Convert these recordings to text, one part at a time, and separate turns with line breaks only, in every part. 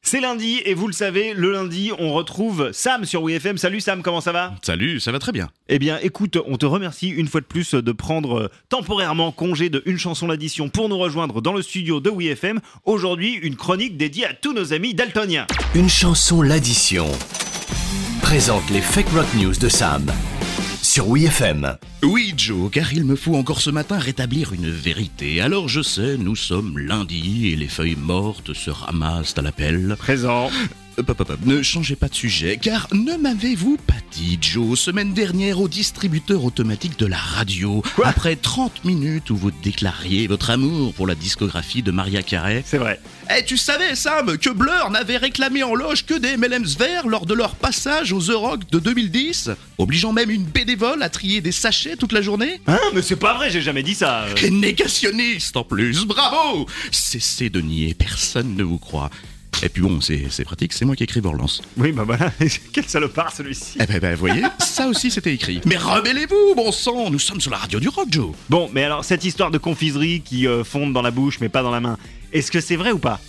C'est lundi et vous le savez, le lundi, on retrouve Sam sur WFM. Salut Sam, comment ça va
Salut, ça va très bien.
Eh bien, écoute, on te remercie une fois de plus de prendre euh, temporairement congé de une chanson l'addition pour nous rejoindre dans le studio de WFM. Aujourd'hui, une chronique dédiée à tous nos amis daltoniens.
Une chanson l'addition présente les fake rock news de Sam sur WeFM.
Oui, Joe, car il me faut encore ce matin rétablir une vérité. Alors je sais, nous sommes lundi et les feuilles mortes se ramassent à Euh, la pelle.
Présent.
Hop, hop, hop, ne changez pas de sujet, car ne m'avez-vous pas dit, Joe, semaine dernière au distributeur automatique de la radio,
Quoi
après 30 minutes où vous déclariez votre amour pour la discographie de Maria Carey
C'est vrai.
Eh, tu savais, Sam, que Blur n'avait réclamé en loge que des MLMs verts lors de leur passage aux The Rock de 2010, obligeant même une bénévole à trier des sachets toute la journée
Hein Mais c'est pas vrai, j'ai jamais dit ça. euh.
Et négationniste en plus, bravo Cessez de nier, personne ne vous croit. Et puis bon, c'est c'est pratique, c'est moi qui écris Borlance.
Oui, bah voilà. Quel salopard celui-ci.
Eh ben, ben, voyez, ça aussi c'était écrit. Mais rebellez-vous, bon sang, nous sommes sur la radio du rock, Joe.
Bon, mais alors, cette histoire de confiserie qui euh, fonde dans la bouche mais pas dans la main, est-ce que c'est vrai ou pas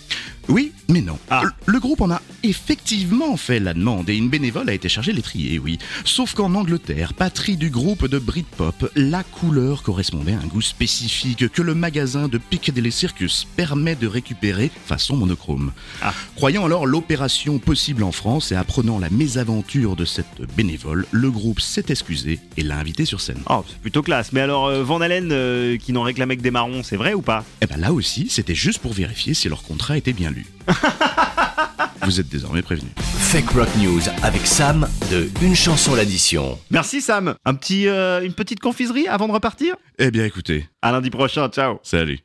Oui, mais non.
Ah.
Le- Le groupe en a effectivement fait la demande et une bénévole a été chargée de les trier, oui. Sauf qu'en Angleterre, patrie du groupe de Britpop, la couleur correspondait à un goût spécifique que le magasin de Piccadilly Circus permet de récupérer façon monochrome.
Ah.
Croyant alors l'opération possible en France et apprenant la mésaventure de cette bénévole, le groupe s'est excusé et l'a invité sur scène.
Oh, c'est plutôt classe. Mais alors, euh, Van Halen euh, qui n'en réclamait que des marrons, c'est vrai ou pas
Eh ben là aussi, c'était juste pour vérifier si leur contrat était bien lu. Vous êtes désormais prévenus.
Fake rock news avec Sam de Une chanson l'addition.
Merci Sam. Un petit, euh, une petite confiserie avant de repartir
Eh bien écoutez,
À lundi prochain, ciao.
salut.